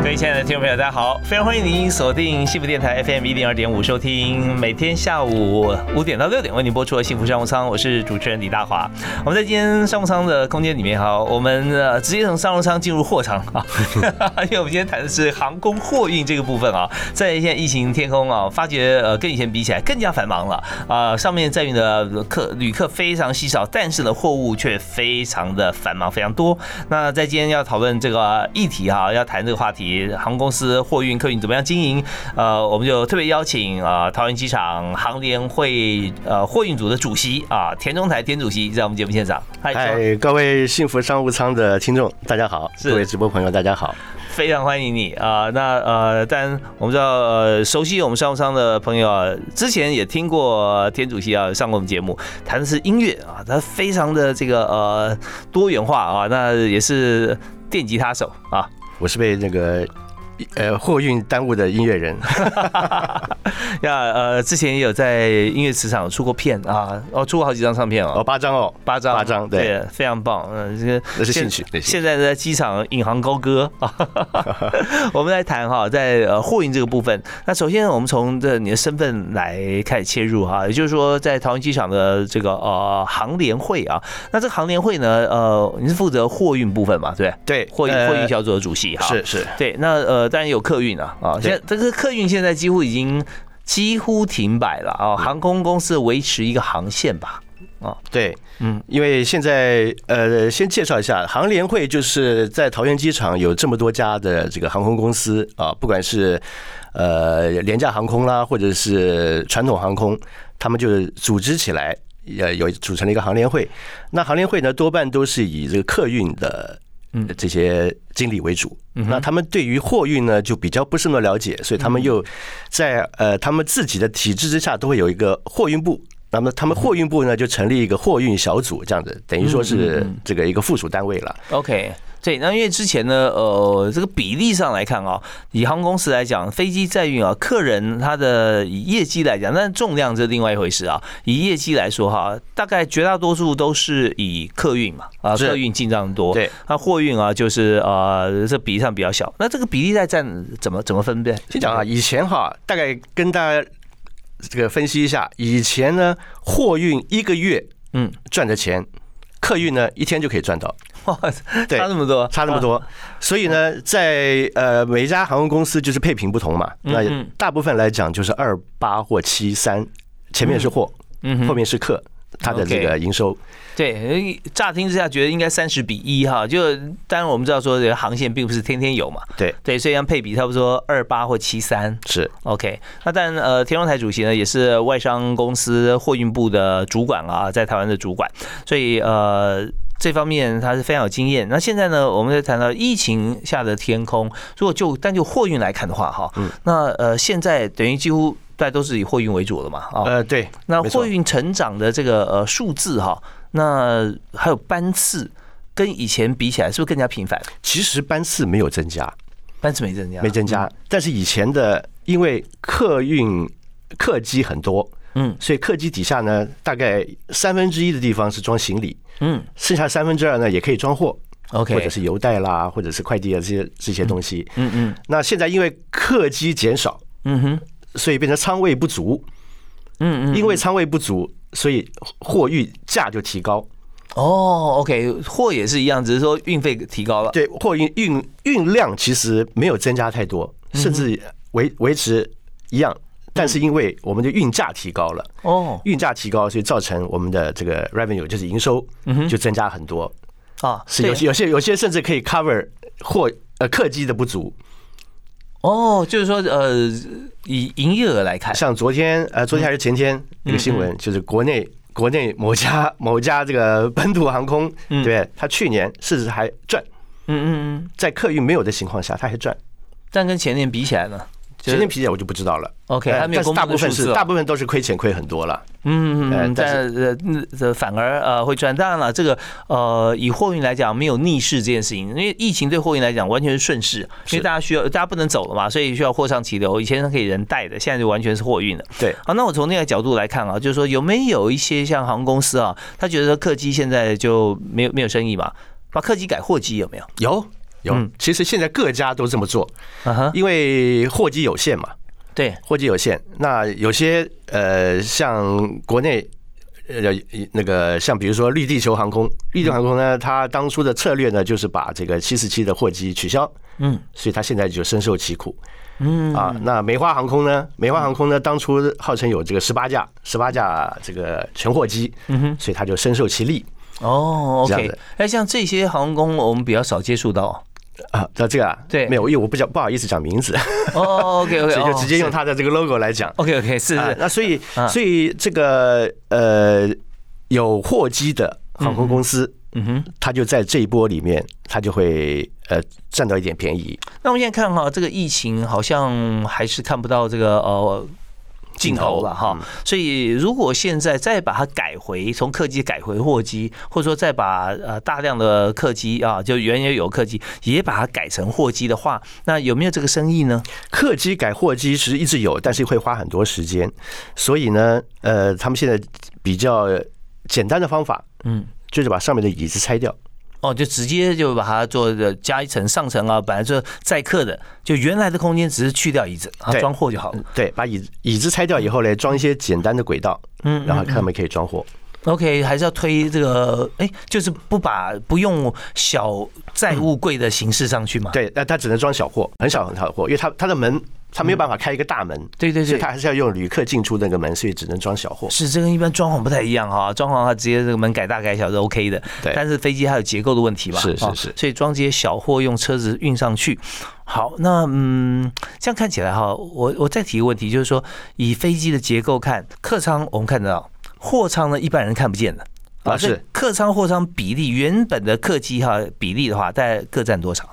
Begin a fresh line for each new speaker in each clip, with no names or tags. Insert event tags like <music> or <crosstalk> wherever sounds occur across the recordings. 各位亲爱的听众朋友，大家好！非常欢迎您锁定幸福电台 FM 一零二点五收听，每天下午五点到六点为您播出的幸福商务舱，我是主持人李大华。我们在今天商务舱的空间里面哈，我们呃直接从商务舱进入货舱啊， <laughs> 因为我们今天谈的是航空货运这个部分啊，在现在疫情天空啊，发觉呃跟以前比起来更加繁忙了啊、上面载运的客旅客非常稀少，但是呢货物却非常的繁忙，非常多。那在今天要讨论这个议题哈、要谈这个话题，航空公司货运客运怎么样经营？呃，我们就特别邀请呃桃园机场航联会呃货运组的主席啊、田中台田主席在我们节目现场。嗨田
嗨，哎各位幸福商务舱的听众，大家好！
是
各位直播朋友，大家好！
非常欢迎你啊、呃那呃，但我们知道呃，熟悉我们商务舱的朋友啊，之前也听过呃田主席啊上过我们节目，谈的是音乐啊，他非常的这个呃多元化啊，那也是电吉他手啊。 <laughs>
我是被那个呃货运耽误的音
<laughs>
乐人，
呀，呃，之前也有在音乐市场出过片啊，哦，出过好几张唱片
哦，
哦，
八张哦，
八张，
八张对，
非常棒，嗯、这个
那是
现
兴趣，那是兴趣
现在在机场引吭高歌
<laughs>
啊，我们来谈哈，在呃货运这个部分，那首先我们从这你的身份来开始切入哈，也就是说在桃园机场的这个呃航联会啊，那这个航联会呢，呃，你是负责货运部分嘛，对不对？
对
货运
呃
货运小组啊的主席哈，
是是，
对，那呃，当然有客运啊，啊，现
对
在这个客运现在几乎已经几乎停摆了
嗯
啊，航空公司维持一个航线吧，
对，
嗯
嗯，因为现在呃，先介绍一下，航联会就是在桃园机场有这么多家的这个航空公司啊，不管是呃廉价航空啦，或者是传统航空，他们就是组织起来，呃，有组成了一个航联会。那航联会呢，多半都是以这个客运的。
嗯
这些经理为主，那他们对于货运呢就比较不是那么了解，所以他们又在呃他们自己的体制之下都会有一个货运部。那么他们货运部呢就成立一个货运小组，这样子等于说是这个一个附属单位了。
OK，对，那因为之前呢，呃，这个比例上来看啊，以航空公司来讲，飞机载运啊，客人他的以业绩来讲，但重量这是另外一回事啊。以业绩来说哈，大概绝大多数都是以客运嘛，啊，
是
客运进账多。
对，
那货运啊，就是呃，这比例上比较小。那这个比例在占怎么怎么分辨？
先讲啊，以前哈，大概跟大家这个分析一下，以前呢货运一个月
嗯，
赚的钱，客运呢一天就可以赚到。
哇，<laughs>
对
差那么多，
差那么多，
啊
所以呢，在呃每一家航空公司就是配平不同嘛，
嗯
那
嗯
大部分来讲就是二八或七三，前面是货，
嗯哼
后面是客，它的这
OK
个营收，
对，乍听之下觉得应该三十比一哈，就当然我们知道说这个航线并不是天天有嘛，
对，
对，所以像配比差不多二八或七三。
是
OK，那但呃，田中台主席呢也是外商公司货运部的主管啊，在台湾的主管，所以呃。这方面他是非常有经验。那现在呢，我们在谈到疫情下的天空，如果就但就货运来看的话，哈、
嗯
那呃，现在等于几乎大家都是以货运为主了嘛，啊、
呃对，
那
没错
货运成长的这个呃数字哈，那还有班次，跟以前比起来，是不是更加频繁？
其实班次没有增加，
班次没增加，
没增加，但是以前的因为客运客机很多，
嗯
所以客机底下呢，大概三分之一的地方是装行李，
嗯
剩下三分之二呢也可以装货，
，OK，
或者是邮袋啦，或者是快递啊这些这些东西。
嗯嗯
那现在因为客机减少，
嗯哼，
所以变成仓位不足。
嗯嗯，
因为仓位不足，所以货运价就提高。
哦，OK，货也是一样，只是说运费提高了。
对，货运运运量其实没有增加太多，
嗯
甚至维维持一样，但是因为我们的运价提高了，
哦
运价提高，所以造成我们的这个 revenue 就是营收就增加很多。
啊，
是
嗯对
有些有些有些甚至可以 cover 货呃客机的不足。
哦，就是说呃，以营业额来看，嗯
像昨天呃，昨天还是前天一个新闻，就是国内国内某家某家这个本土航空，
嗯
对，它去年市值还赚，
嗯嗯嗯，
在客运没有的情况下，它还赚。
但跟前年比起来呢，就是
前年比起来我就不知道了。
OK，
呃
还没有
但是
公
大
布
部
的
分
数字
是
哦
大部分都是亏钱亏很多了。
嗯，嗯嗯
呃但
但呃嗯这反而呃会转当然了，这个呃以货运来讲没有逆势这件事情，因为疫情对货运来讲完全是顺势，因为
是
大家需要大家不能走了嘛，所以需要货上其流。以前是可以人带的，现在就完全是货运了。
对，
好，那我从那个角度来看啊，就是说有没有一些像航空公司啊，他觉得客机现在就没有没有生意嘛，把客机改货机有没有？
有有
嗯，
其实现在各家都这么做，
啊哈，
因为货机有限嘛，
对，
货机有限。那有些呃，像国内。呃，那个像比如说绿地球航空，绿地球航空呢，它当初的策略呢，就是把这个七四七的货机取消，
嗯
所以它现在就深受其苦。
嗯
啊，那梅花航空呢？梅花航空呢，当初号称有这个十八架、十八架这个全货机，
嗯哼，
所以它就深受其利
哦
这样
，OK，
子
哎，像这些航空我们比较少接触到，
啊。那这个啊，
对
没有，因为我不讲不好意思讲名字，
哦，OK <laughs> OK，
所以就直接用它的这个 logo 来讲
OK OK，是
啊
是。
那所以
啊，
所以这个呃，有货机的航空公司，
嗯哼，
它就在这一波里面，它就会呃占到一点便宜。
那我们现在看哈，这个疫情好像还是看不到这个呃尽头了
嗯
哈。所以如果现在再把它改回从客机改回货机，或者说再把呃大量的客机啊，就原有有客机也把它改成货机的话，那有没有这个生意呢？
客机改货机其实一直有，但是会花很多时间，所以呢，呃，他们现在比较简单的方法
嗯。
就是把上面的椅子拆掉，
哦，就直接就把它做的加一层上层啊，本来就载客的，就原来的空间只是去掉椅子，啊，
对嗯
装货就好了。
对，把椅椅子拆掉以后呢，装一些简单的轨道，
嗯，
然后他们可以装货。
OK，还是要推这个，哎，就是不把不用小债务柜的形式上去嘛。
对，那它只能装小货，很小很小的货，因为它它的门它
嗯
没有办法开一个大门，
对对
所
对
以它还是要用旅客进出那个门，所以只能装小货。
是这跟一般装潢不太一样哈、装潢它直接这个门改大改小是 OK 的，
对
但是飞机它有结构的问题嘛，
是是
哦
是
所以装这些小货用车子运上去。好，那嗯，这样看起来哈、我我再提一个问题，就是说以飞机的结构看，客舱我们看得到，货舱呢一般人看不见的。所
啊
以
是
客舱货舱比例原本的客机哈、比例的话，大概各占多少？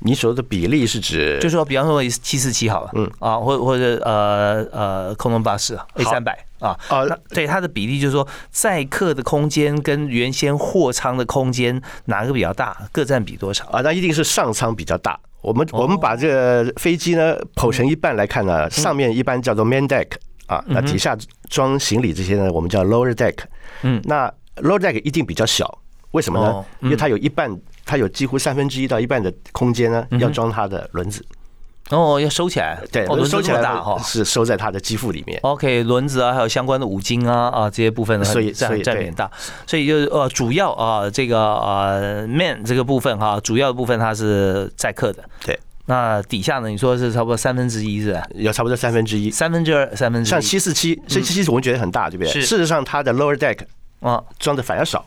你所说的比例是指
就说比方说七四七好了，嗯
嗯
啊，或或者呃呃空中巴士 A 三百啊，
啊
那对它的比例就是说载客的空间跟原先货舱的空间哪个比较大，各占比多少？
啊，那一定是上舱比较大。我们
哦
我们把这个飞机呢
嗯
剖成一半来看呢，上面一般叫做 main deck 啊，那底下装行李这些呢，我们叫 lower deck。
嗯
那 lower deck 一定比较小，为什么呢
哦？嗯
因为它有一半，它有几乎三分之一到一半的空间呢，要装它的轮子。
哦，要收起来，
对，
嗯哦、轮
轮子
子
收起来
这么大哈哦
呢。是收在它的机腹里面。
OK，轮子啊，还有相关的五金啊啊这些部分呢，
所以所
占
以
占比
对
很大，所以就是呃主要啊、这个呃 man 这个部分哈、主要的部分它是载客的，
对，
那底下呢，你说是差不多三分之一是吧？
有差不多三分之一。
三分之二，三分之一，
像七四七，七四七我们觉得很大，对不对？
是
事实上，它的 lower deck
啊，
装的反而少，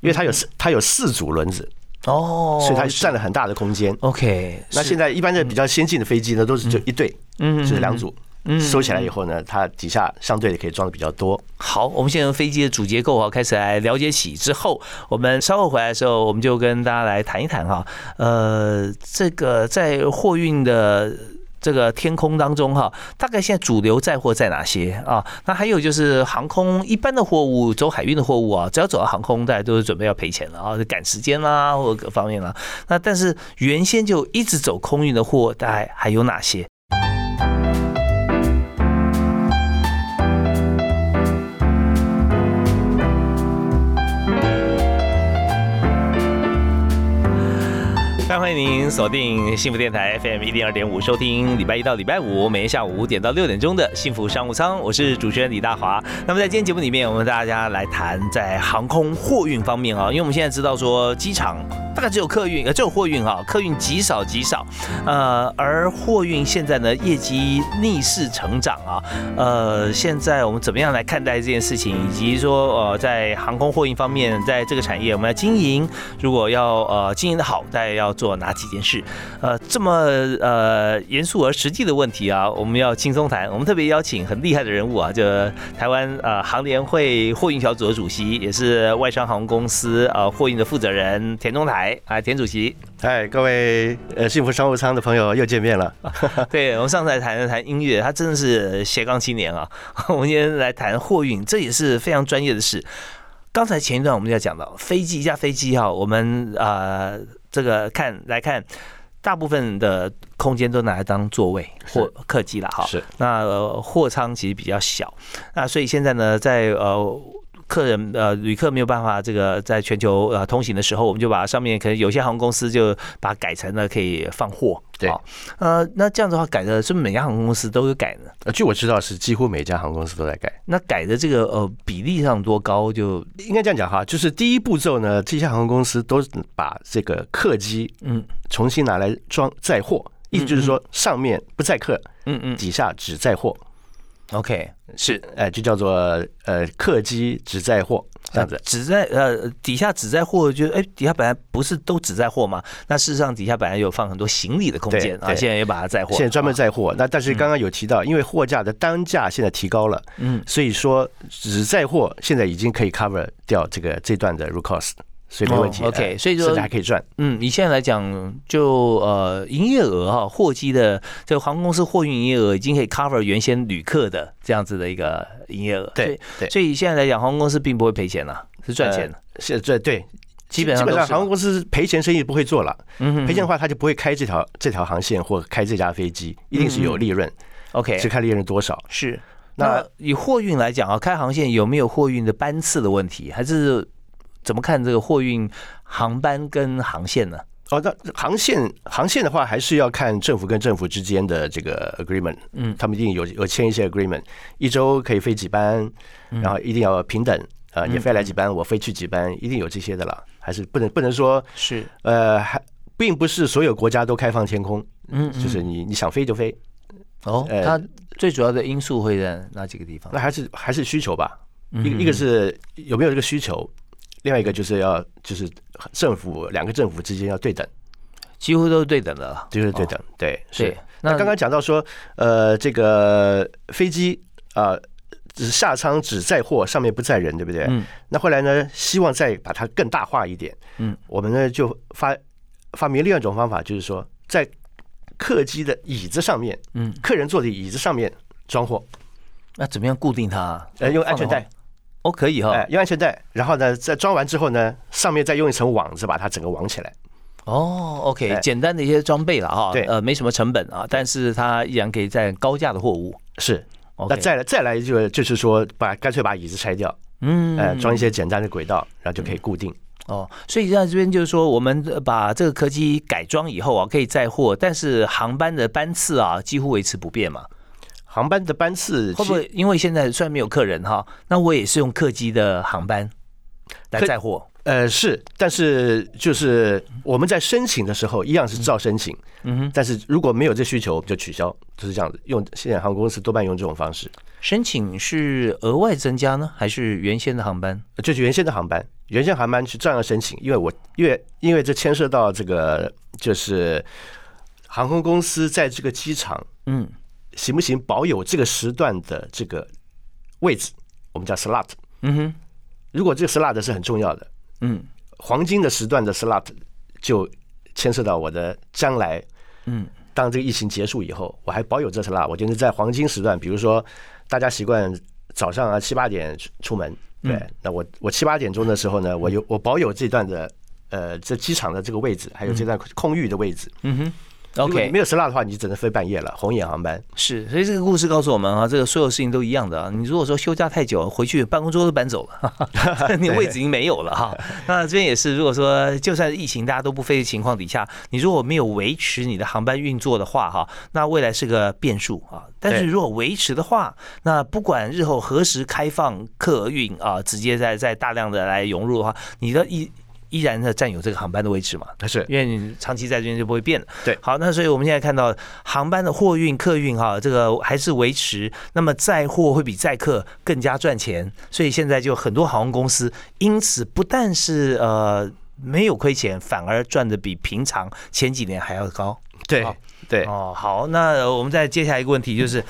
因为它有四它有四组轮子，
哦，
所以它占了很大的空间。
OK，
那现在一般的比较先进的飞机呢，都是就一对，
嗯
就是两组。收起来以后呢，它底下相对的可以装的比较多。
好，我们现在从飞机的主结构啊开始来了解起之后，我们稍后回来的时候，我们就跟大家来谈一谈哈、呃，这个在货运的。这个天空当中哈，大概现在主流载货在哪些啊？那还有就是航空一般的货物，走海运的货物啊，只要走到航空，大家都是准备要赔钱了啊，就赶时间啦或者各方面啦。那但是原先就一直走空运的货，大概还有哪些？那欢迎您锁定幸福电台 FM 一零二点五，收听礼拜一到礼拜五每天下午五点到六点钟的幸福商务舱，我是主持人李大华。那么在今天节目里面，我们大家来谈在航空货运方面啊，因为我们现在知道说机场大概只有客运，呃，只有货运哈，客运极少极少，呃，而货运现在呢业绩逆势成长啊，呃，现在我们怎么样来看待这件事情，以及说呃，在航空货运方面，在这个产业我们要经营，如果要呃经营的好，大概要做哪几件事？呃，这么呃严肃而实际的问题啊，我们要轻松谈。我们特别邀请很厉害的人物啊，就台湾呃航联会货运小组的主席，也是外商航空公司呃货运的负责人田中台啊，田主席。
嗨，哎各位呃幸福商务舱的朋友又见面了。
<laughs> 对，我们上次来谈了谈音乐，他真的是斜杠青年啊。 <laughs> 我们今天来谈货运，这也是非常专业的事。刚才前一段我们要讲到飞机一架飞机哈，我们呃这个看来看，大部分的空间都拿来当座位或客机了哈。
是
那呃货舱其实比较小，那所以现在呢，在呃。客人呃，旅客没有办法这个在全球呃通行的时候，我们就把上面可能有些航空公司就把它改成了可以放货。
对
好，呃，那这样的话改的是不是每家航空公司都有改呢？
呃据我知道是几乎每家航空公司都在改。
那改的这个呃比例上多高就
应该这样讲哈，就是第一步骤呢，这些航空公司都把这个客机
嗯
重新拿来装载货，意思就是说上面不载客，
嗯嗯
底下只载货，
OK
是，哎，就叫做呃客机只载货啊这样子
呃。只在呃底下只在货，就哎底下本来不是都只在货嘛？那事实上底下本来有放很多行李的空间
对
啊，
对
现在也把它载货，嗯
现在专
啊
门载货，那但是刚刚有提到，因为货架的单价现在提高了，
嗯
所以说只载货现在已经可以 cover 掉这个这段的 r o cost，所以没问题。
哦，OK，
哎
所以说
甚至还可以赚。
嗯，以现在来讲，就呃营业额哈，货机的这个航空公司货运营业额已经可以 cover 原先旅客的这样子的一个营业额，
对对呃
所以所以现在来讲，航空公司并不会赔钱了、是赚钱的，
是，对对，
基本上
基
都
本上
是
航空公司赔钱生意不会做了，
嗯哼
赔钱的话他就不会开这条这条航线或开这架飞机，一定是有利润，
OK
只看利润多少。
是。
那
那以货运来讲啊，开航线有没有货运的班次的问题，还是怎么看这个货运航班跟航线呢？
哦，那航线航线的话，还是要看政府跟政府之间的这个 agreement，
嗯
他们一定有有签一些 agreement，一周可以飞几班，
嗯
然后一定要平等。啊，你飞来几班，我飞去几班，一定有这些的啦，还是不能不能说，
是
呃，还并不是所有国家都开放天空，
嗯
就是你你想飞就飞，
哦，
呃
它最主要的因素会在哪几个地方
那？还是还是需求吧。
嗯
一个一个是有没有这个需求，另外一个就是要就是政府两个政府之间要对等，
几乎都是对等的了。哦
就是对等，对
对
是。，
那
那刚刚讲到说，呃，这个飞机啊、呃只下舱只载货，上面不载人，对不对？
嗯。
那后来呢，希望再把它更大化一点。
嗯。
我们呢就发发明另外一种方法，就是说在客机的椅子上面，
嗯，
客人坐的椅子上面装货，
那怎么样固定它？
呃，用安全带。
哦，可以
哎
哈。，
用安全带，然后呢，在装完之后呢，上面再用一层网子把它整个网起来。
哦，OK，
哎
简单的一些装备了哈。
对
呃，没什么成本啊，但是它依然可以载高价的货物。
是，那
OK，
再来再来就就是说，把干脆把椅子拆掉，
嗯
呃，装一些简单的轨道，然后就可以固定。
哦，所以在这边就是说，我们呃把这个客机改装以后啊，可以载货，但是航班的班次啊几乎维持不变嘛。
航班的班次
会不会因为现在虽然没有客人哈，那我也是用客机的航班来
客
载货？
呃是，但是就是我们在申请的时候一样是照申请，
嗯哼，
但是如果没有这需求，我们就取消，就是这样子。用现在航空公司多半用这种方式，
申请是额外增加呢，还是原先的航班？
就是原先的航班，原先航班去照样申请，因为我因为因为这牵涉到这个就是航空公司在这个机场
嗯，
行不行保有这个时段的这个位置，我们叫 slot。
嗯哼，
如果这个 slot 是很重要的，
嗯
黄金的时段的 slot 就牵涉到我的将来，
嗯，
当这个疫情结束以后，我还保有这 slot，我就是在黄金时段，比如说大家习惯早上啊七八点出出门，
嗯
对，那我我七八点钟的时候呢，我有我保有这段的呃这机场的这个位置，还有这段空域的位置。
嗯哼。嗯
如果
OK，
你没有 slot 的话，你只能飞半夜了，红眼航班。
是，所以这个故事告诉我们啊，这个所有事情都一样的啊。你如果说休假太久，回去办公桌都搬走了， <laughs> 哈哈，你位置已经没有了哈。那这边也是，如果说就算是疫情大家都不飞的情况底下，你如果没有维持你的航班运作的话哈，那未来是个变数啊。但是
对
如果维持的话，那不管日后何时开放客运啊，直接在在大量的来涌入的话，你的一依然呢占有这个航班的位置嘛，
是
因为你长期在这边就不会变了。
对
好，那所以我们现在看到航班的货运、客运哈、这个还是维持，那么载货会比载客更加赚钱，所以现在就很多航空公司因此不但是呃没有亏钱，反而赚的比平常前几年还要高。
对
好
对，
哦，好，那我们再接下来一个问题就是，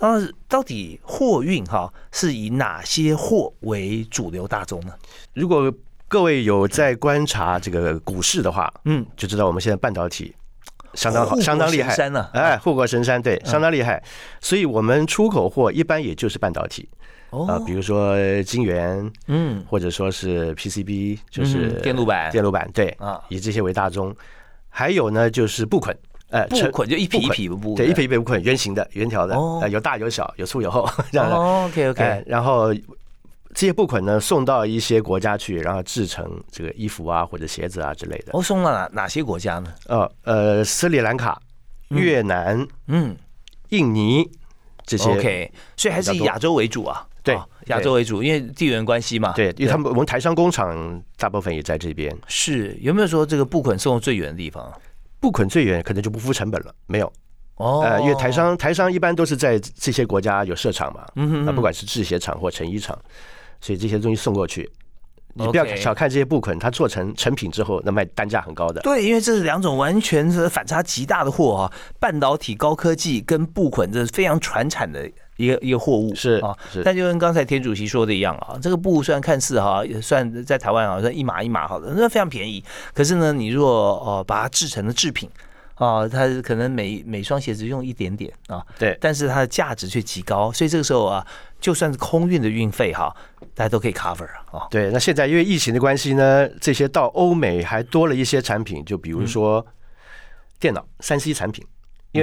呃，到底货运哈是以哪些货为主流大宗呢？
如果各位有在观察这个股市的话，
嗯，
就知道我们现在半导体相当
哦护
好，
国
相当厉
神
害。
山啊嗯呢、
哎，护国神山，对，相当厉害。所以我们出口货一般也就是半导体啊、
哦，
比如说晶圆，
嗯，
或者说是 PCB，就是
嗯电路板
电路板，对，
啊，
以这些为大宗。还有呢，就是布捆，呃，
布
成
捆就一匹
布
一
捆
匹的布，
对，一。匹一匹布捆，圆形的、圆条的，
哦
呃有大有小，有粗有厚， <laughs> 这样的。
哦，OK OK，、
哎，然后这些布捆呢送到一些国家去，然后制成这个衣服啊或者鞋子啊之类的。
哦，送到哪哪些国家呢？
呃呃，斯里兰卡、越南、
嗯
印尼这些。
，OK，所以还是以
比较多
亚洲为主啊。
对
哦亚洲为主，因为地缘关系嘛。，
对，因为他们我们台商工厂大部分也在这边。
是有没有说这个布捆送到最远的地方？啊
布捆最远可能就不付成本了，没有。
哦，
呃，因为台，商台商一般都是在这些国家有设厂嘛，
嗯哼
啊，不管是制鞋厂或成衣厂，所以这些东西送过去。你不
OK
要小看这些布捆，它做成成品之后，那卖单价很高的。
对，因为这是两种完全是反差极大的货啊，半导体高科技跟布捆这是非常传产的一个一个货物
是
啊。
是
但就跟刚才田主席说的一样啊，这个布虽然看似哈、也算在台湾好、像一码一码好的，那非常便宜。可是呢，你若呃把它制成的制品啊，它可能每每双鞋子用一点点啊，
对
但是它的价值却极高，所以这个时候啊，就算是空运的运费哈、大家都可以 cover 啊。
对，那现在因为疫情的关系呢，这些到欧美还多了一些产品，就比
嗯
如说电脑、三 C 产品，因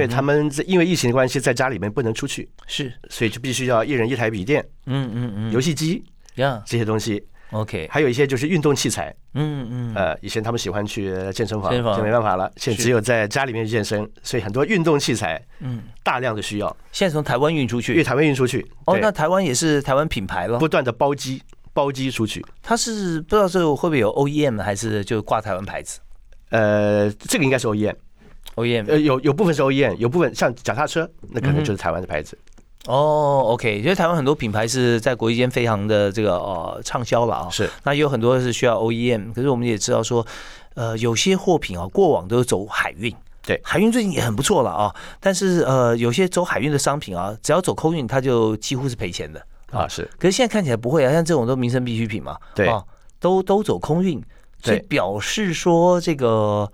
嗯
为他们在因为疫情的关系，在家里面不能出去，
是，
所以就必须要一人一台笔电、
嗯嗯嗯，
游戏机
呀
这些东西，
，OK，
还有一些就是运动器材。
嗯嗯。
呃，以前他们喜欢去健身房，
健身房
就没办法了，现在只有在家里面健身，所以很多运动器材，嗯，大量的需要，
现在从台湾运出
因为
去。
台湾运出去，
哦，
对
那台湾也是台湾品牌了。
不断的包机，包机出去。
它是不知道这会不会有 OEM，还是就挂台湾牌子
呃，这个应该是 OEM，
？OEM
呃，有有部分是 OEM，有部分像脚踏车，那
嗯
可能就是台湾的牌子。
哦，OK，因为台湾很多品牌是在国际间非常的这个呃畅销了啊。
是，
那也有很多是需要 OEM，可是我们也知道说，呃，有些货品啊，过往都是走海运。
对
海运最近也很不错了啊，但是呃，有些走海运的商品啊，只要走空运，它就几乎是赔钱的。
啊，是
可是现在看起来不会啊，像这种都民生必需品嘛，
对
啊，都都走空运，所以
对
表示说这个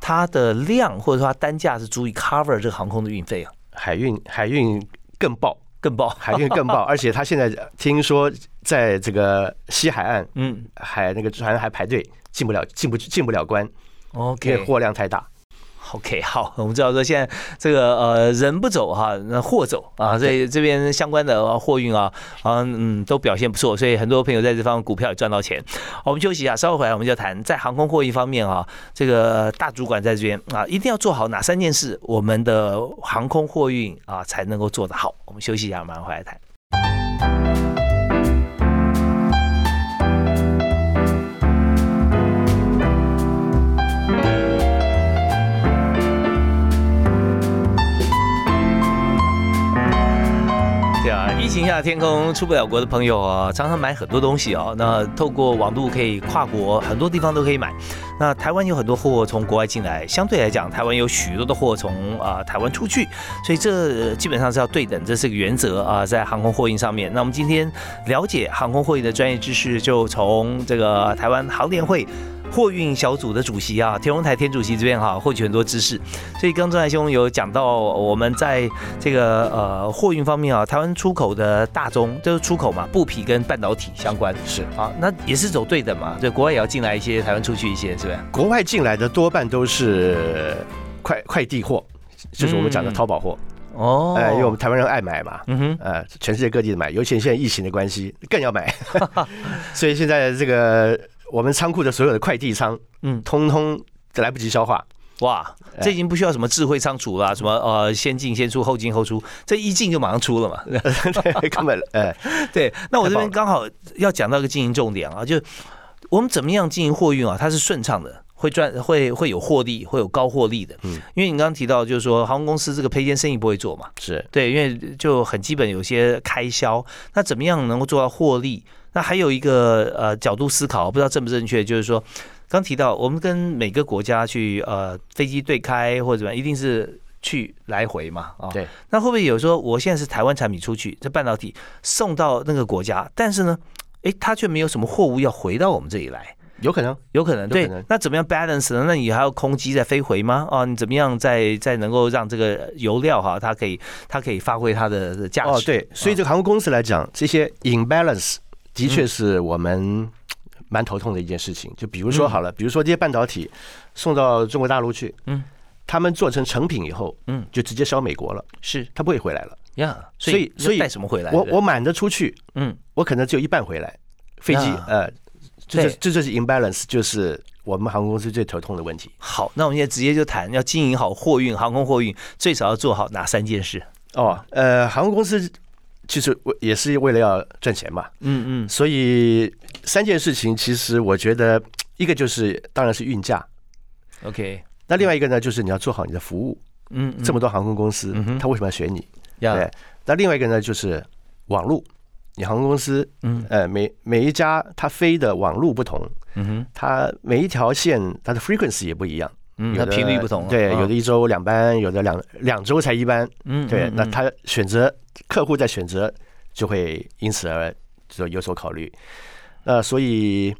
它的量或者说它单价是足以 cover 这个航空的运费啊，
海运，海运更爆，
更爆，
海运
<laughs>
更爆，而且它现在听说在这个西海岸
嗯
海那个船还排队进不了，进不进不了关，因为
，OK
货量太大。
<laughs> OK 好，我们知道说现在这个呃人不走哈、那货走啊，所以这边相关的呃货运啊啊嗯都表现不错，所以很多朋友在这方面股票也赚到钱。好我们休息一下，稍后回来我们就谈在航空货运方面啊，这个大主管在这边啊，一定要做好哪三件事，我们的航空货运啊才能够做得好。我们休息一下，马上回来谈。对啊，疫情下天空出不了国的朋友啊，常常买很多东西啊。那透过网络可以跨国，很多地方都可以买。那台湾有很多货从国外进来，相对来讲，台湾有许多的货从啊、台湾出去，所以这呃基本上是要对等，这是个原则啊、在航空货运上面。那我们今天了解航空货运的专业知识，就从这个台湾航联会。货运小组的主席啊，田荣台田主席这边哈、获取很多知识。所以刚才兄有讲到，我们在这个呃货运方面啊，台湾出口的大宗就是出口嘛，布匹跟半导体相关
是
啊，那也是走对等嘛，对，国外也要进来一些，台湾出去一些，是不是？
国外进来的多半都是快快递货，就是我们讲的
嗯
淘宝货。
哦
哎，因为我们台湾人爱买嘛，
嗯哼，
呃，全世界各地的买，尤其现在疫情的关系，更要买。 <laughs> 所以现在这个我们仓库的所有的快递仓，
嗯
嗯，通通来不及消化。 <laughs>
哇，
哎
这已经不需要什么智慧仓储啦，什么呃先进先出，后进后出，这一进就马上出了嘛。
对，根本呃，
<laughs> 对，那我这边
太棒了
刚好要讲到一个经营重点啊，就我们怎么样经营货运啊？它是顺畅的，会赚，会会有获利，会有高获利的。嗯，因为你刚刚提到，就是说航空公司这个配件生意不会做嘛，
是
对，因为就很基本有些开销，那怎么样能够做到获利？那还有一个呃角度思考，不知道正不正确，就是说刚提到我们跟每个国家去呃飞机对开或者怎么样，一定是去来回嘛啊、
对，
那会不会有说我现在是台湾产品出去，这半导体送到那个国家，但是呢，诶，它却没有什么货物要回到我们这里来。
有可能。
有可能
有可
对
能，
那怎么样 balance 呢？那你还要空机再飞回吗？哦，你怎么样再再能够让这个油料哈，它可以它可以发挥它的价值？
哦，对，所以
嗯
这个航空公司来讲，这些 imbalance 的确是我们蛮头痛的一件事情。就比如说好了，比如说这些半导体送到中国大陆去，
嗯，
他们做成成品以后，
嗯，
就直接销美国了，
是
他不会回来了。
呀，
所以所以
要带什么回来？
我
对
我满的出去，
嗯
我可能只有一半回来，飞机
啊
呃，这就
对
这就是 imbalance，就是我们航空公司最头痛的问题。
好，那我们现在直接就谈要经营好货运航空货运，最少要做好哪三件事？
哦，呃，航空公司其实为也是为了要赚钱嘛，
嗯嗯，
所以三件事情，其实我觉得一个就是当然是运价，嗯
OK，
那另外一个呢就是你要做好你的服务。
嗯嗯
这么多航空公司
嗯哼，
他为什么要选你？
呀
对，那另外一个呢就是网络，你航空公司，
嗯
呃，每每一家它飞的网络不同，
嗯哼
它每一条线它的 frequency 也不一样，
嗯，那
有的
频率不同啊，
对，
啊
有的一周两班，有的两两周才一班，
嗯
对，
嗯
那
嗯
他选择客户在选择就会因此而就有所考虑。那所以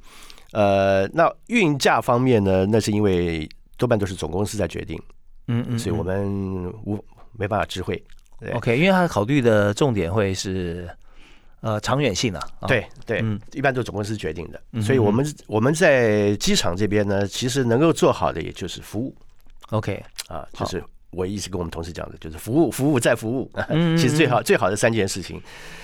呃，那运价方面呢，那是因为多半都是总公司在决定，
嗯嗯，
所以我们无没办法知会。对
OK，因为他考虑的重点会是呃长远性啊，啊，
对对
嗯，
一般都是总公司决定的，
嗯
所以我们我们在机场这边呢，其实能够做好的也就是服务
OK，
啊，就是我一直跟我们同事讲的，就是服务服务再服务，
嗯
<laughs> 呃其实最好最好的三件事情。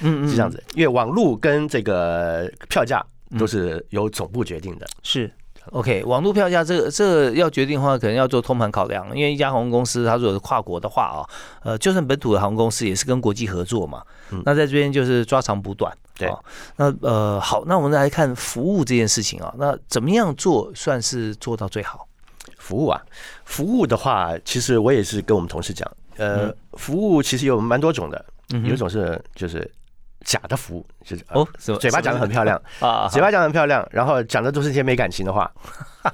嗯嗯
是这样子，因为网路跟这个票价
嗯
都是由总部决定的。
是。OK，网络票价这个这个要决定的话，可能要做通盘考量，因为一家航空公司它如果是跨国的话啊、呃，就算本土的航空公司也是跟国际合作嘛，
嗯
那在这边就是抓长补短。
对
啊那呃好，那我们来看服务这件事情啊，那怎么样做算是做到最好？
服务啊，服务的话，其实我也是跟我们同事讲，呃，服务其实有蛮多种的，
嗯嗯哼
有一种是就是假的服务，就是呃
哦，什么
嘴巴讲的很漂亮，
啊，
嘴巴讲的很漂亮，然后讲的都是一些没感情的
<laughs>
话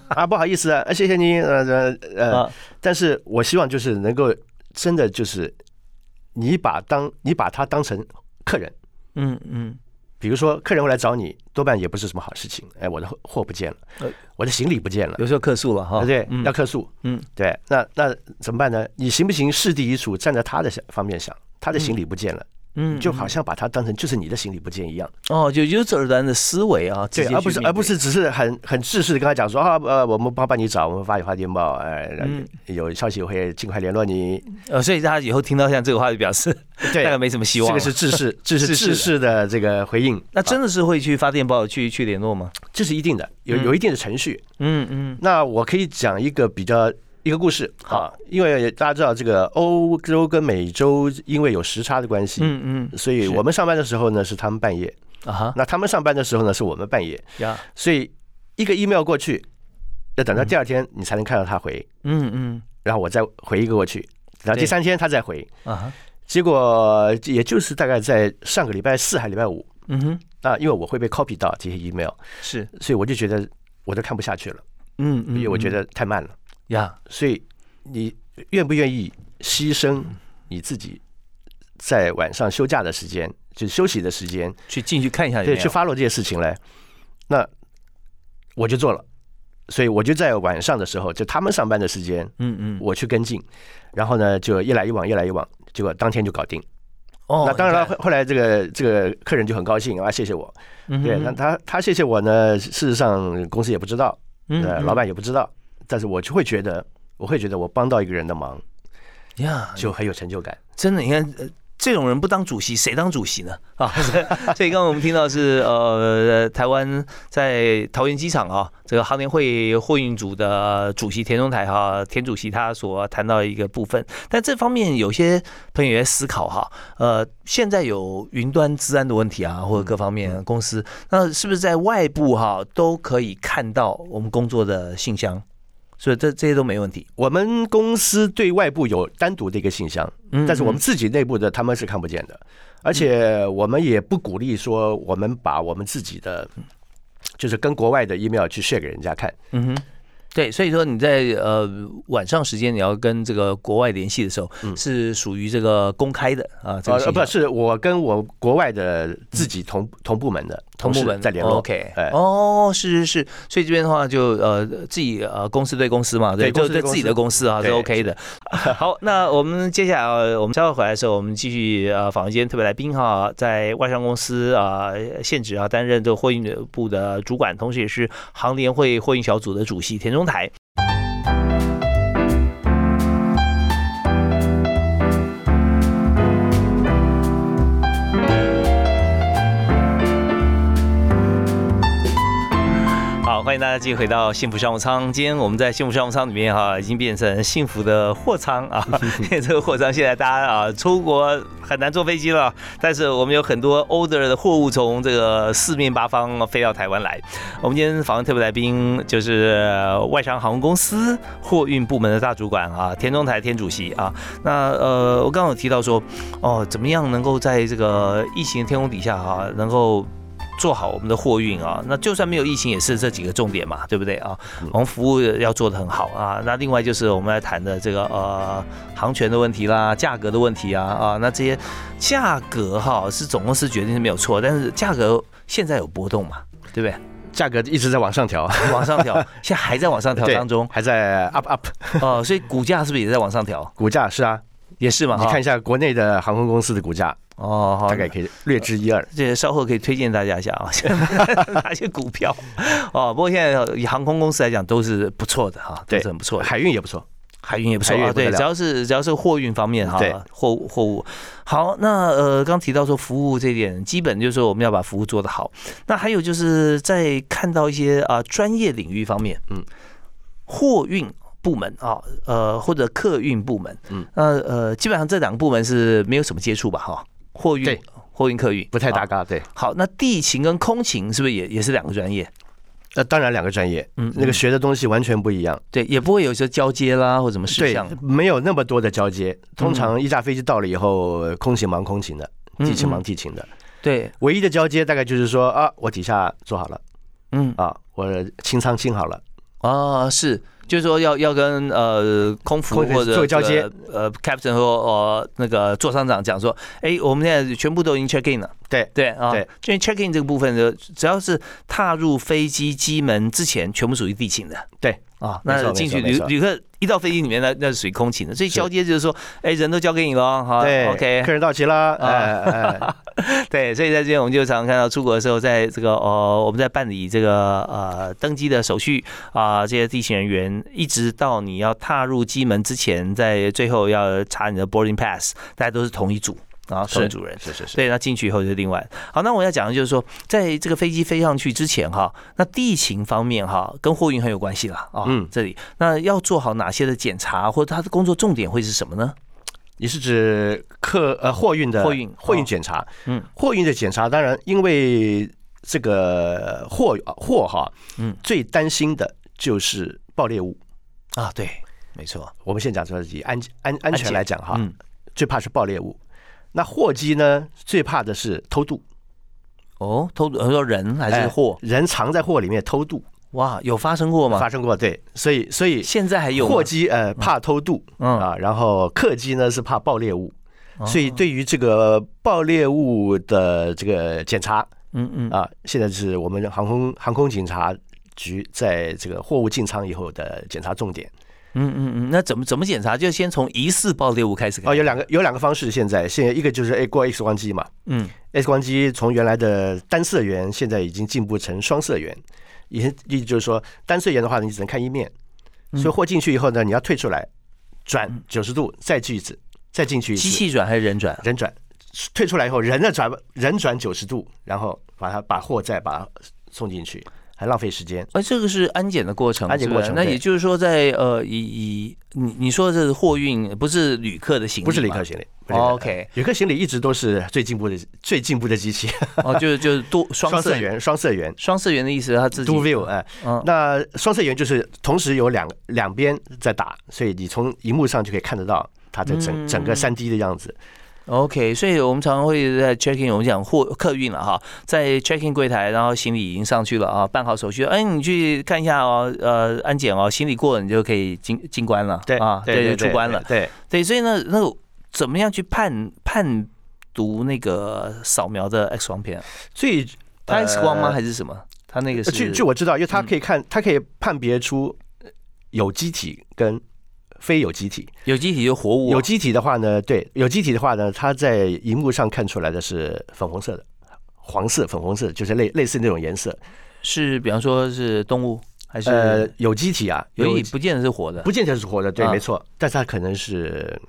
啊，不好意思啊，呃谢谢你，呃呃呃，
啊
但是我希望就是能够真的就是你把当你把他当成客人。
嗯嗯
比如说客人会来找你，多半也不是什么好事情。哎，我的货货不见
呃
了，我的行李不见了，
嗯有时候客诉了
对
哈，
不啊对？
嗯
要客诉，
嗯，
对。那那怎么办呢？你行不行？事地一处，站在他的想方面想，他的行李不见了，
嗯
就好像把他当成就是你的行李不见一样，
哦，就 user 端的思维啊，直
对
接，去
而不是
面对
而不是只是很很自私的跟他讲说啊呃，我们帮帮你找，我们发发电报，哎，
嗯
有消息会尽快联络你。
呃，所以大家以后听到像这个话，就表示大 <laughs>
对，
概没什么希
这
望
个
了。
是自私，这是
自私的
<laughs> 自私的这个回应。
那真
啊
的是会去发电报去去联络吗？
这是一定的，有
嗯
有一定的程序。
嗯嗯
那我可以讲一个比较一个故事啊
好，
因为大家知道这个欧洲跟美洲因为有时差的关系，
嗯
所以
是
我们上班的时候呢是他们半夜，
嗯啊哈
那他们上班的时候呢是我们半夜，
呀，
所以一个 email 过去，要等到第二天你才能看到他回，
嗯嗯
然后我再回一个过去，然后
对
第三天他再回，
啊哈，
结果也就是大概在上个礼拜四还礼拜五
嗯哼
啊，因为我会被 copy 到这些 email，
是，
所以我就觉得我都看不下去了，
嗯嗯，
因为我觉
嗯
得太慢了。
呀，
所以你愿不愿意牺牲你自己在晚上休假的时间，就是休息的时间，
去进去看一下有哎没
对，
有，
去发落这些事情来？那我就做了，所以我就在晚上的时候，就他们上班的时间，
嗯嗯，
我去跟进，然后呢，就一来一往，一来一往，结果当天就搞定。
哦，
那当然了，
你
后后来这个这个客人就很高兴啊，谢谢我。
看，嗯
对，那他他谢谢我呢，事实上公司也不知道，呃，
那
老板也不知道，但是我就会觉得，我会觉得我帮到一个人的忙。
呀，
就很有成就感。
真的，你看，呃这种人不当主席，谁当主席呢？啊， <laughs> 所以刚刚我们听到是呃，台湾在桃园机场啊，这个航联会货运组的主席田中台哈、田主席他所谈到一个部分，但这方面有些朋友也在思考哈、呃，现在有云端治安的问题啊，或者各方面公司，那是不是在外部哈、都可以看到我们工作的信箱？所以这这些都没问题。
我们公司对外部有单独的一个信箱，
嗯嗯
但是我们自己内部的他们是看不见的，而且我们也不鼓励说我们把我们自己的就是跟国外的 email 去 share 给人家看。
嗯哼，对，所以说你在呃晚上时间你要跟这个国外联系的时候，是属于这个公开的啊，这
嗯呃
个，信
不
息
是我跟我国外的自己同同部门的
同部
事
门
在联络。
OK，
哎
哦，是是是，所以这边的话就呃自己呃公司对公司嘛，对，
对公
就
司对
对
公
自
司
己的公司啊是
对
OK 的。 <laughs> 好，那我们接下来呃我们稍后回来的时候，我们继续呃访问今天特别来宾哈，在外商公司啊现职啊担任这个货运部的主管，同时也是航联会货运小组的主席田中台。好，欢迎大家继续回到幸福商务舱。今天我们在幸福商务舱里面哈、已经变成幸福的货舱啊。这个货舱现在大家啊出国很难坐飞机了，但是我们有很多 order 的货物从这个四面八方呃飞到台湾来。我们今天访问特别来宾就是呃外商航空公司货运部门的大主管啊，田中台田主席啊。那呃，我刚刚有提到说，哦，怎么样能够在这个疫情的天空底下啊，能够做好我们的货运啊，那就算没有疫情，也是这几个重点嘛，对不对啊？
嗯
我们服务要做得很好啊。那另外就是我们来谈的这个呃航权的问题啦，价格的问题啊啊，那这些价格哈、是总公司决定是没有错，但是价格现在有波动嘛，对不对？
价格一直在往上调，
往上
<laughs>
调，现在还在往上调
对
当中
还在 up up
哦、所以股价是不是也在往上调？
股价是啊，
也是嘛，
你
哈
看一下国内的航空公司的股价，
哦，好
大，概可以略知一二。
这稍后可以推荐大家一下啊， <laughs> 哪些股票 <laughs> 哦。不过现在以航空公司来讲，都是不错的哈，都
对
是很不错的。
海运也不错，
海运也不错
海运
啊，
也不
对，
得了
只要是只要是货运方面哈
对，
货物货物。好，那呃，刚提到说服务这一点，基本就是说我们要把服务做得好。那还有就是在看到一些啊、专业领域方面，
嗯，
货运。部门啊，呃，或者客运部门，
嗯，
那呃，基本上这两个部门是没有什么接触吧，哈，货运
对、
货运、客运
不太
啊
搭嘎。对，
好，那地勤跟空勤是不是也也是两个专业？
那当然两个专业，
嗯
那个学的东西完全不一样。
对，也不会有一些交接啦或什么事
对
项，，
没有那么多的交接。
嗯
通常一架飞机到了以后，空勤忙空勤的，地勤
嗯
忙
嗯
地勤的。
对，
唯一的交接大概就是说啊，我底下做好了
嗯
啊，我清仓清好了，
啊是，就是说要要跟呃空服
空服
或者
做交接
这个呃 captain 和呃那个座舱长讲说，哎，我们现在全部都已经 check in 了，
对
对啊，
对，
因为 check in 这个部分的，只要是踏入飞机机门之前，全部属于地勤的，
对
啊，
没错
那进去
没错
旅
没错
旅客一到飞机里面，那那是属于空勤的，所以
是
交接就是说，哎，人都交给你了，哈
对
啊，OK，
客人到齐啦，
啊
哎哎，
对，所以在这边我们就常常看到出国的时候，在这个呃，我们在办理这个呃登机的手续啊、这些地勤人员一直到你要踏入机门之前，在最后要查你的 boarding pass，大家都 <laughs> 是同一组啊，同一
是
组人。
是是是，
对，那进去以后就另外。好，那我要讲的就是说，在这个飞机飞上去之前哈，那地勤方面哈，跟货运很有关系啦啊。
嗯
这里那要做好哪些的检查，或者他的工作重点会是什么呢？
你是指客呃货运的
货运
货
哦
运检查，
嗯，
货运的检查，当然因为这个货啊货哈，
嗯，
最担心的就是爆裂物。
啊，对，没错，
我们先讲说以安安安
安全
全来讲哈，
嗯，
最怕是爆裂物。那货机呢，最怕的是偷渡，
哦，偷呃说人还是
哎
货？
人藏在货里面偷渡，
哇，有发生过吗？
发生过对，所以所以
现在还有吗
货机呃怕偷渡
嗯哦
啊，然后客机呢是怕爆裂物，所以对于这个爆裂物的这个检查
嗯嗯
啊，现在是我们航空航空警察局在这个货物进仓以后的检查重点。
嗯嗯嗯，那怎么怎么检查？就先从疑似爆裂物开始看。
哦，有两个有两个方式，现在现在一个就是哎过 X 光机嘛，
嗯
X 光机从原来的单色源，现在已经进步成双色源。以前意思就是说，单色源的话，你只能看一面，
嗯
所以货进去以后呢，你要退出来，转九十度，再去一次，再进去一
机
次，
器转还是人转？
人转，退出来以后，人呢转人转九十度，然后把它把货再把它送进去，还浪费时间。
而哎这个是安检的过程，
安检过
是
程
不是那
对
也就是说在，呃，以以你你说的这是货运，不是旅客的行李，
不是旅客， <laughs> 行李不是旅客
OK
旅客行李一直都是最进步的最进步的机器，
哦，就是就是多双
双
色
色，圆，双色圆。
双色圆的意思，它自己
Dual view，哎、
嗯
那双色圆就是同时有两两边在打，所以你从荧幕上就可以看得到它的整、
嗯
整个三 D 的样子。
OK，所以我们常常会在 check in，我们讲货客运了哈，在 check in 柜台，然后行李已经上去了啊，办好手续，哎，你去看一下哦，呃，安检哦，行李过了你就可以进进关了，
对
啊，对，就出关了，
对，
对，所以呢，那个怎么样去判判读那个扫描的 X 光片啊？
最
它 X 光吗？
呃
还是什么？呃它那个是嗯
据据我知道，因为它可以看，它可以判别出有机体跟非有机体。
有机体就活物啊，
有机体的话呢，对，有机体的话呢，它在荧幕上看出来的是粉红色的。黄色、粉红色就是类类似那种颜色，
是比方说是动物还是？
呃，有机体啊，
所
有
以不见得是活的，
不见得是活的，对，
啊
没错，但是它可能是，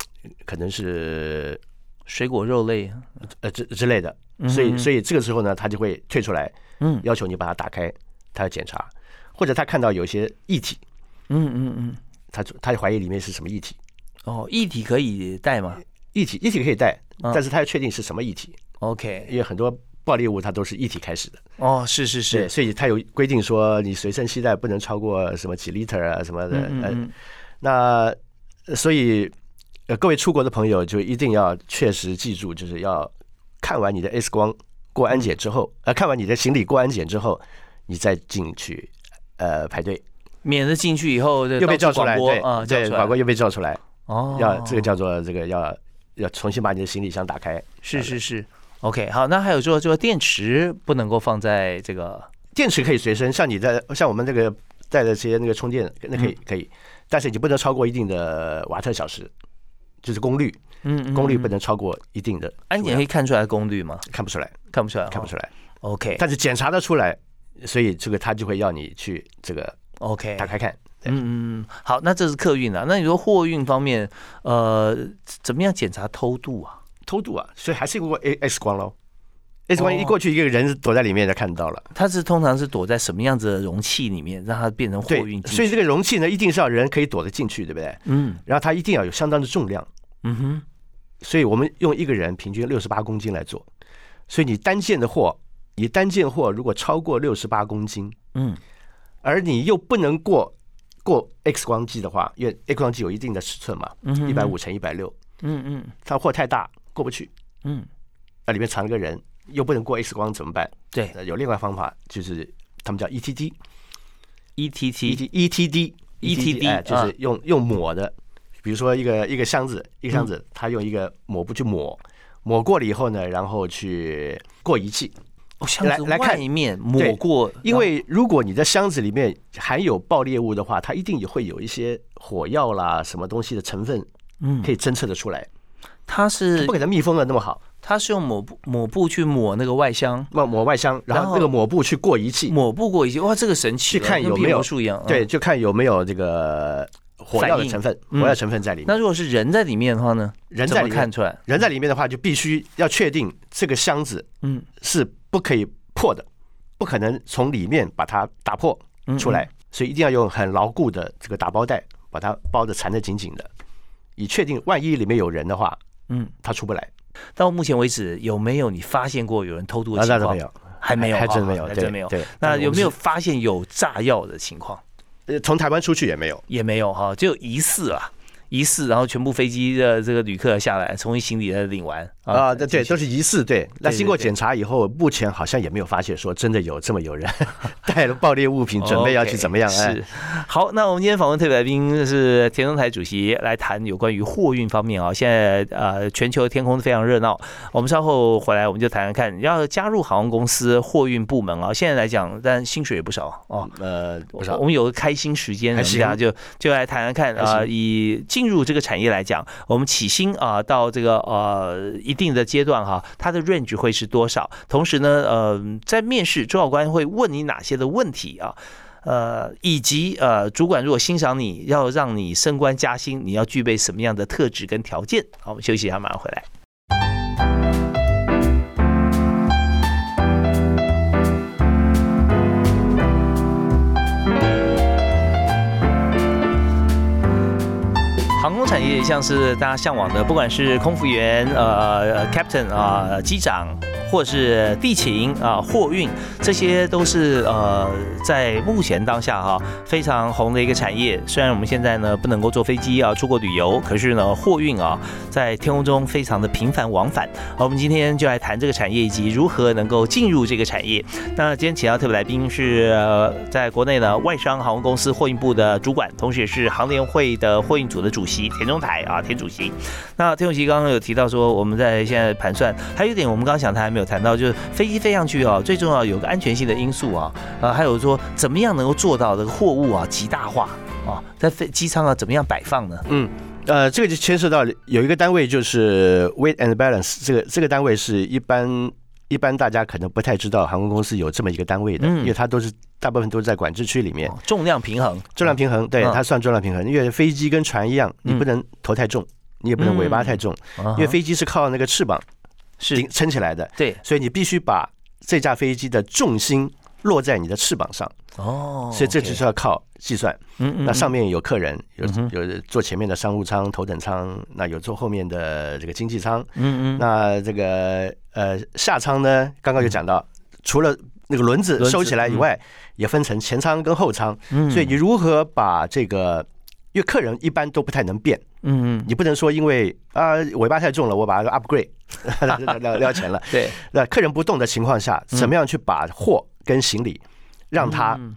可能是
水果肉类，
呃之之类的，
嗯
所以所
以
以这个时候呢，他就会退出来，
嗯
要求你把它打开，他要检查，或者他看到有一些液体，
嗯嗯嗯，
他就他就怀疑里面是什么液体，
哦，液体可以带吗？
液体液体可以带，
嗯
但是他要确定是什么液体，
OK，
因为很多暴力物它都是液体开始的，
哦，是是是，
对，所以他有规定说你随身携带不能超过什么几 liter 啊什么的，
嗯
呃，
嗯
那呃所以呃，各位出国的朋友就一定要确实记住，就是要看完你的 X 光过安检之后，呃，看完你的行李过安检之后，你再进去呃排队，
嗯，免得进去以后就
又
到
被叫
处
出来，
广播
对
啊，叫
对，
出
法
来
官又被叫出来，
哦，
要这个叫做这个要要重新把你的行李箱打开。
是是是，OK，好，那还有说，就电池不能够放在这个
电池可以随身，像你的像我们这个带的这些那个充电，那可
嗯
以可以，但是你不能超过一定的瓦特小时，就是功率，
嗯嗯
功率
嗯
不能超过一定的，
安检可以看出来功率吗？
看不出来，
看不出来哈，
看不出来。
OK
但是检查得出来，所以这个他就会要你去这个
OK，
打开看。对
嗯嗯嗯，好，那这是客运啊，那你说货运方面，呃，怎么样检查偷渡啊？
偷渡啊，所以还是过 A X 光喽。X 光
哦
一过去，一个人躲在里面就看到了。
它是通常是躲在什么样子的容器里面，让它变成货
对
运，进
所以
去
这个容器呢，一定是要人可以躲得进去，对不对？
嗯
然后它一定要有相当的重量，
嗯哼，
所以我们用一个人平均六十八公斤来做。所以你单件的货，你单件货如果超过六十八公斤，
嗯
而你又不能过过 X 光机的话，因为 X 光机有一定的尺寸嘛，
嗯哼
一百五乘一百六，
嗯嗯
它货太大过不去，
嗯，
那里面藏了个人，又不能过 X 光怎么办？
对
呃有另外方法，就是他们叫 E ETD、
，ETT
ET、ETD、
ETD
哎，就是用用抹的，比如说一个一个箱子，一个箱
嗯
子，他用一个抹布去抹，抹过了以后呢，然后去过仪器，
哦，箱
来
子
来看
外面抹
对
过，
因为如果你的箱子里面含有爆裂物的话，它一定也会有一些火药啦、什么东西的成分
嗯
可，以侦测得出来，
它是
不可能密封的那么好。
它是用抹布抹布去抹那个外箱，
抹抹外箱，然
然后
后那个抹布去过仪器，
抹布过一些，哇，这个神奇
去
了，
看
跟
有
变
没有
魔术一样，嗯
对，。就看有没有这个啊火药的成分，
嗯
火药成分在里面。
那如果是人在里面的话呢？
人
怎
在
么
里
看
面，
出来？
人在里面的话，就必须要确定这个箱子
嗯，
是不可以破的，不可能从里面把它打破
嗯
出来，所以一定要用很牢固的这个打包袋把它包的缠得紧紧的，以确定万一里面有人的话，
嗯，
他出不来。
到目前为止有没有你发现过有人偷渡的
啊那
情
倒
况？
没，有，
还没有，
还真
哦
没有，
还
对
真没有。
对，
那有没有
我们
发现有炸药的情况？
是？呃从台湾出去也没有，
也没有哈，就疑似啊，疑似，然后全部飞机的这个旅客下来，从行李再领完
啊，对，
进
对
去
都是疑似对。那
对
经过
对
检查以后，目前好像也没有发现说真的有这么有人 <laughs> 带了爆裂物品，准备要去怎么样？哎
哦是，好，那我们今天访问特别来宾是田中台主席，来谈有关于货运方面啊。现在呃，全球天空非常热闹，我们稍后回来我们就谈谈看，要加入航空公司货运部门啊。现在来讲，但薪水也不少哦。
呃，不少
我们有个开心时间，
还
我们大家
行
就就来谈谈看
还
啊、
行
以进入这个产业来讲，我们起薪啊、到这个呃一定的阶段哈、它的 range 会是多少？同时呢，呃，在面试主考官会问你哪些的问题啊？呃，以及呃，主管如果欣赏你，要让你升官加薪，你要具备什么样的特质跟条件？好，我们休息一下，马上回来。航空产业像是大家向往的，不管是空服员、呃，captain 啊、呃机长，或是地勤啊、货运，这些都是呃在目前当下哈、非常红的一个产业。虽然我们现在呢不能够坐飞机啊出国旅游，可是呢货运啊在天空中非常的频繁往返。好，我们今天就来谈这个产业以及如何能够进入这个产业。那今天请到特别来宾是、呃、在国内呢外商航空公司货运部的主管，同时也是航联会的货运组的主席田中台啊田主席。那田主席刚刚有提到说，我们在现在盘算，还有一点我们刚刚想谈还没有谈到，就是飞机飞上去啊，最重要有个安全性的因素啊，啊，还有说怎么样能够做到这个货物啊极大化啊，在飞机舱啊怎么样摆放呢？
呃，这个就牵涉到有一个单位就是 weight and balance，这个这个单位是一般一般大家可能不太知道航空公司有这么一个单位的，
嗯
因为它都是大部分都是在管制区里面
哦，重量平衡，
重量平衡，对
嗯
它算重量平衡，因为飞机跟船一样，你不能头太重，你也不能尾巴太重，
衡
因为飞机是靠那个翅膀
嗯是
顶撑起来的，
对
所以你必须把这架飞机的重心落在你的翅膀上，
哦，
所以这就
OK
是要靠计算。
嗯嗯
那上
嗯
面有客人，有
嗯哼
有坐前面的商务舱、头等舱，那有坐后面的这个经济舱。
嗯嗯
那这个呃下舱呢，刚刚有讲到，除了那个轮子
轮子
收起来以
嗯
外，也分成前舱跟后舱。
嗯，
所以你如何把这个，因为客人一般都不太能变，
嗯嗯
你不能说因为啊尾巴太重了，我把它 upgrade <laughs> 撩撩撩钱了。
对，
那客人不动的情况下，怎么样去把货跟行李让它
嗯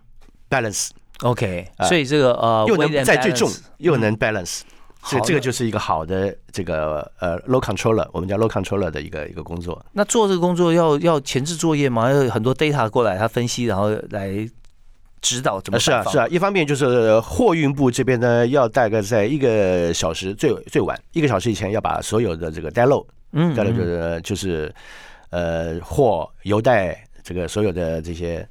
balance，
OK，
呃
所以这个呃
又能在最重
weight and balance，嗯
又能 balance。
好
这这
的
个就是一个好的这个呃 low controller，我们叫 low controller 的一个一个工作。
那做这个工作要要前置作业吗？要有很多 data 过来，他分析，然后来指导怎么
呃是啊
摆放
是啊，一方面就是货运部这边呢，要大概在一个小时最最晚一个小时以前要把所有的这个 d e l o
嗯
d e l o
嗯
就是就是呃货邮袋这个所有的这些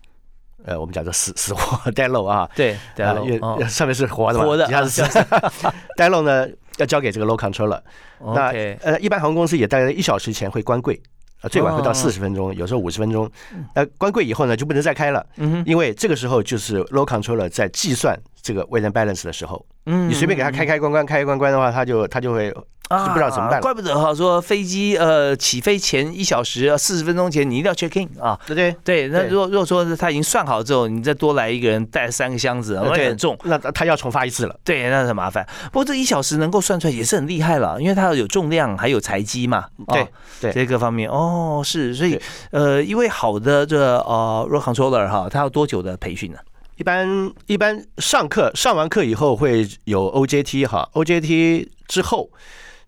呃我们讲的死死货 <laughs> d e l o 啊，
对对啊
呃因为
哦
上面是活的嘛，
活的哦
底下是死 <laughs> d e l o 呢要交给这个 low controller。那
哦 OK，
呃，一般航空公司也大概一小时前会关柜，呃，最晚会到
哦
四十分钟，有时候五十分钟。那关柜以后呢，就不能再开了，
嗯哼
因为这个时候就是 low controller 在计算这个 weight and balance 的时候，
嗯
你随便给他开开关关开开关关的话，他就他就会
啊
不知道怎么办了
怪不得哈，说飞机呃起飞前一小时呃四十分钟前你一定要 check in 啊。
对对
对，那
对
如果如果说他已经算好之后，你再多来一个人带三个箱
呃
子，那也很重。，
那他要重发一次了。
对，那很麻烦。不过这一小时能够算出来也是很厉害了，因为它有重量，还有材积嘛。哦
对对
这各方面哦，是，所以
对
呃，因为好的这呃 r o controller 哈，它要多久的培训呢？
一般一般上课上完课以后会有 OJT 哈，OJT 之后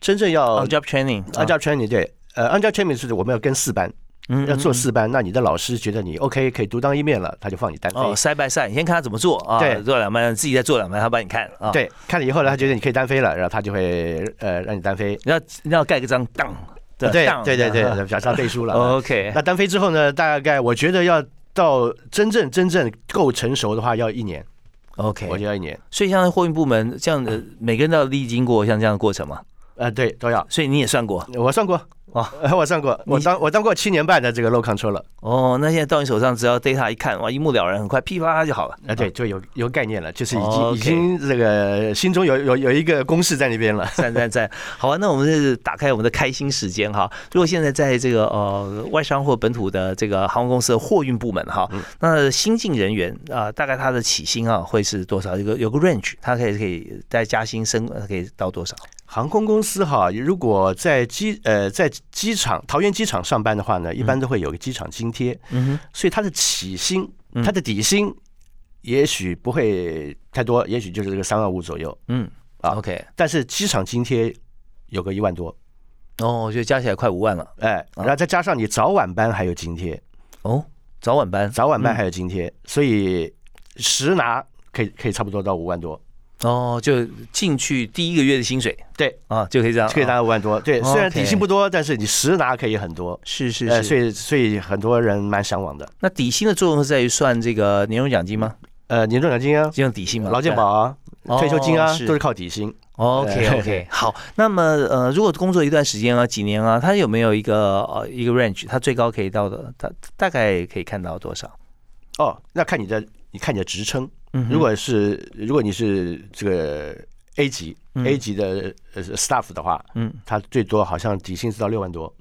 真正要
哦，job training，
按照 training 对，呃，按照 training 是我们要跟四班，
嗯
要做四班，那你的老师觉得你 OK 可以独当一面了，他就放你单飞。
哦，side by side，你先看他怎么做啊，
对
做两班，自己再做两班，他帮你看啊。，
对，看了以后呢，他觉得你可以单飞了，然后他就会呃让你单飞。
你要你要盖个章，当，
对
当
对对
当 <laughs>
对，表示他背书了。
，OK，
那单飞之后呢，大概我觉得要到真正真正够成熟的话，要一年，我
OK，
觉得要一年。
所以像货运部门这样的，每个人都要历经过像这样的过程嘛，
呃，对，都要。
所以你也算过
我算过
哦，
呃 <laughs> 我算过，我
你
当我当过七年半的这个 low control 了，
哦。那现在到你手上，只要 data 一看，哇，一目了然，很快噼啪就好了。
啊，对，，就有有概念了，就是已
哦
经
，OK
已经这个心中有有有一个公式在那边了。
赞赞赞！好啊，那我们是打开我们的开心时间哈。如果现在在这个呃外商或本土的这个航空公司的货运部门哈，
嗯
那新进人员啊、大概他的起薪啊会是多少？有个有个 range，他可以可以再加薪升，呃可以到多少？
航空公司哈，如果在机呃在机场桃园机场上班的话呢，一般都会有个机场津贴，
嗯
所以它的起薪
嗯、
它的底薪也许不会太多，也许就是这个三万五左右，
嗯
啊
，OK，
但是机场津贴有个一万多，
哦，就加起来快五万了
哎，
啊
然后再加上你早晚班还有津贴，
哦。早晚班嗯
早晚班还有津贴，所以实拿可以可以差不多到五万多，
哦，就进去第一个月的薪水
对，
啊，就可以这样，
可以达
啊
到五万多，对，
哦
虽然
OK
底薪不多，但是你实拿可以很多，
是是
呃，所
是。
以所以很多人蛮向往的，
那底薪的作用是在于算这个年终奖金吗？
呃，年终奖金啊。
就用底薪吗？
劳健保啊、退休金啊
哦，是
都是靠底薪。
OK
对 <laughs>
OK，好，那么呃，如果工作一段时间啊，几年啊，它有没有一个呃一个 range？它最高可以到的，它大概可以看到多少？
哦，那看你的，你看你的职称。
嗯哼
如果是如果你是这个 A 级 A 级的呃 staff 的话，
嗯哎
他最多好像底薪是到六万多，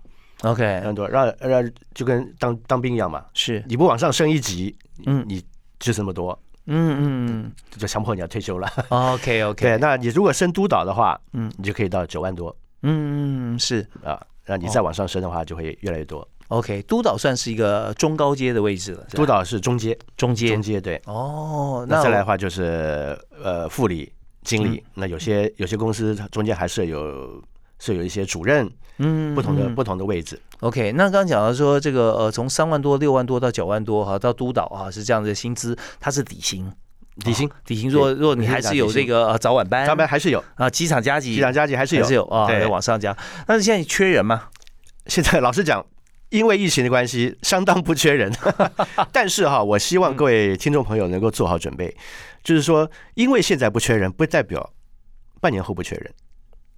六
，OK，
万多，让让就跟当当兵一样嘛，
是，
你不往上升一级，
嗯
你就是那么多，
嗯嗯
就强迫你要退休了。
，OK
对，
OK，
那你如果升督导的话，
嗯
你就可以到九万多
嗯嗯是
啊。那你再
哦
往上升的话，就会越来越多。
OK，督导算是一个中高阶的位置了，是吧啊
督导是中阶，
中阶
中，阶对。
哦，
那再来的
我嗯
话就是呃副理、经理。那有些有些公司它中间还是有是有一些主任
嗯
不同的
嗯
不同的位置。
OK，那刚刚讲到说这个呃，从三万多、六万多到九万多哈，到督导啊是这样的薪资，它是底薪。
底薪
哦底薪若
对
若你
底薪
还
打
是
底
有这
薪
个呃早晚班，
上班还是有，
啊机场加急
机长加级还是
还
有
是。有啊，
对
再往上加。但是现在缺人嘛，
现在老实讲，因为疫情的关系，相当不缺人。 <laughs> 但是哈，我希
嗯
望各位听众朋友能够做好准备，就是说，因为现在不缺人，不代表半年后不缺人。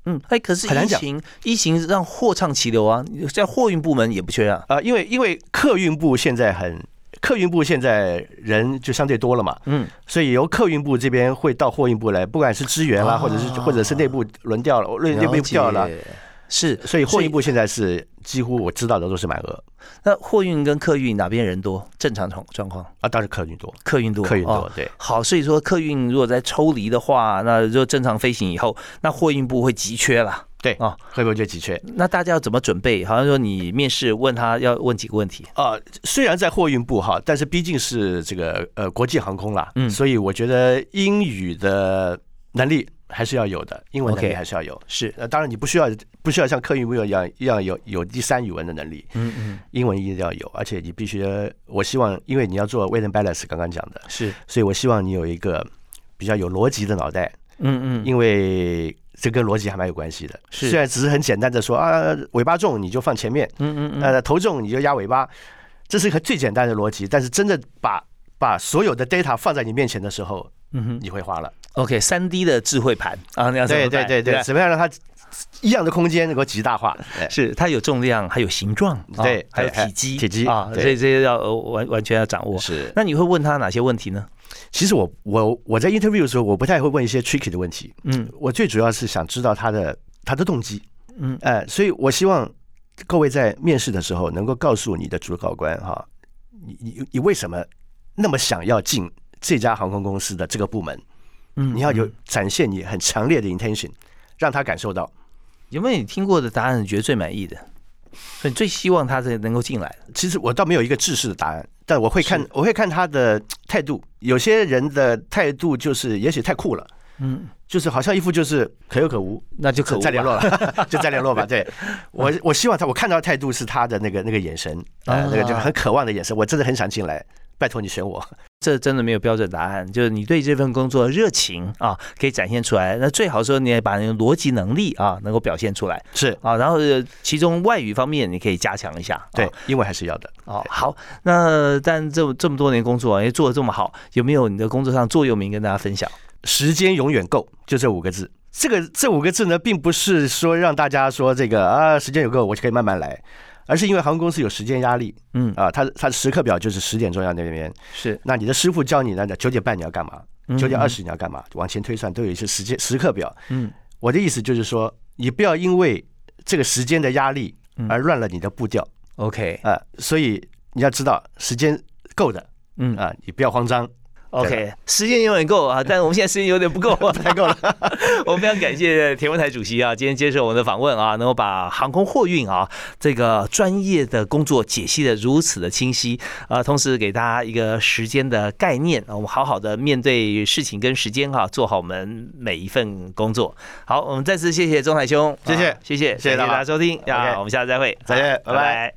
嗯，哎，可是
很难
疫
讲
情疫情让货畅其流啊，在货运部门也不缺啊。
啊，因为因为客运部现在很，客运部现在人就相对多了嘛，
嗯，
所以由客运部这边会到货运部来，不管是支援啦，
啊
或者是或者是内部轮调了，内内部调了，
嗯解是，
所以货运
部
部现在是几乎我知道的都是满额
那货运跟客运哪边人多？正常状状况，
啊，当然客运多，
客运多，
客运
哦
多，对。
好，所以说客运如果在抽离的话，那就正常飞行以后，那货运部会急缺啦。
对
啊，
会不会就急缺？
那大家要怎么准备？好像说你面试问他要问几个问题，
啊，虽然在货运部哈，但是毕竟是这个呃国际航空啦，
嗯
所以我觉得英语的能力还是要有的，英文能
OK
力还是要有。
是，
呃，当然你不需要不需要像客运部一样一样有有第三语文的能力，
嗯嗯，
英文一定要有，而且你必须，我希望，因为你要做 weight and balance，刚刚讲的，
是，
所以我希望你有一个比较有逻辑的脑袋，
嗯嗯，
因为这跟逻辑还蛮有关系的。
是
虽然只是很简单的说啊，尾巴重你就放前面，
嗯嗯嗯，
呃，头重你就压尾巴，这是一个最简单的逻辑。但是真的把把所有的 data 放在你面前的时候，
嗯哼
你会花了。
，OK，三 D 的智慧盘啊，那样怎么
对对
办
对对，
吧
怎么样让它一样的空间能够极大化？哎
是它有重量，还有形状，啊
对
还有
还
体积，
体积
啊，
对
所以这些要呃完完全要掌握。
是，
那你会问他哪些问题呢？
其实我我我在 interview 的时候，我不太会问一些 tricky 的问题，
嗯
我最主要是想知道他的他的动机。
嗯，
哎，所以我希望各位在面试的时候能够告诉你的主考官哈，你你你为什么那么想要进这家航空公司的这个部门？
嗯
你要有展现你很强烈的 intention，让他感受到。
有没有你听过的答案你觉得最满意的？所以你最希望他是能够进来的。
其实我倒没有一个制式的答案，但我会看
是
我会看他的态度。有些人的态度就是也许太酷了，
嗯，
就是好像一副就是可有可无，
那就可
可
恶
再联
吧嗯
络
<laughs>
了，就再联络吧。对我，我希望他，我看到的态度是他的那个那个眼神，呃
啊，
那个就很渴望的眼神，我真的很想进来，拜托你选我。
这真的没有标准答案，就是你对这份工作的热情啊，可以展现出来。那最好说你也把你的逻辑能力啊，能够表现出来
是
啊。然后呃其中外语方面你可以加强一下。啊
对，英文还是要的。
哦，好，那但这这么多年工作啊，也做的这么好，有没有你的工作上座右铭跟大家分享？
时间永远够，就这五个字。这个这五个字呢，并不是说让大家说这个啊，时间有够，我就可以慢慢来，而是因为航空公司有时间压力
嗯，
啊，它它的时刻表就是十点钟要那边，
是
那你的师傅教你呢，九点半你要干嘛，
嗯
九点二十你要干嘛，往前推算都有一些时间时刻表。
嗯，
我的意思就是说，你不要因为这个时间的压力
嗯
而乱了你的步调
OK，
啊、所以你要知道时间够的
嗯
啊、你不要慌张，对
OK，时间永远够
<laughs>
啊，但是我们现在时间有点不够啊，
太够了。
<laughs> 我们非常感谢田文台主席啊，今天接受我们的访问啊，能够把航空货运啊这个专业的工作解析的如此的清晰啊、呃同时给大家一个时间的概念啊，我们好好的面对事情跟时间哈、做好我们每一份工作。好，我们再次谢谢钟海兄，
谢谢
啊谢谢，
谢谢
感
大
大
家
家收听啊
OK
我们下次再会，
再见
啊
拜拜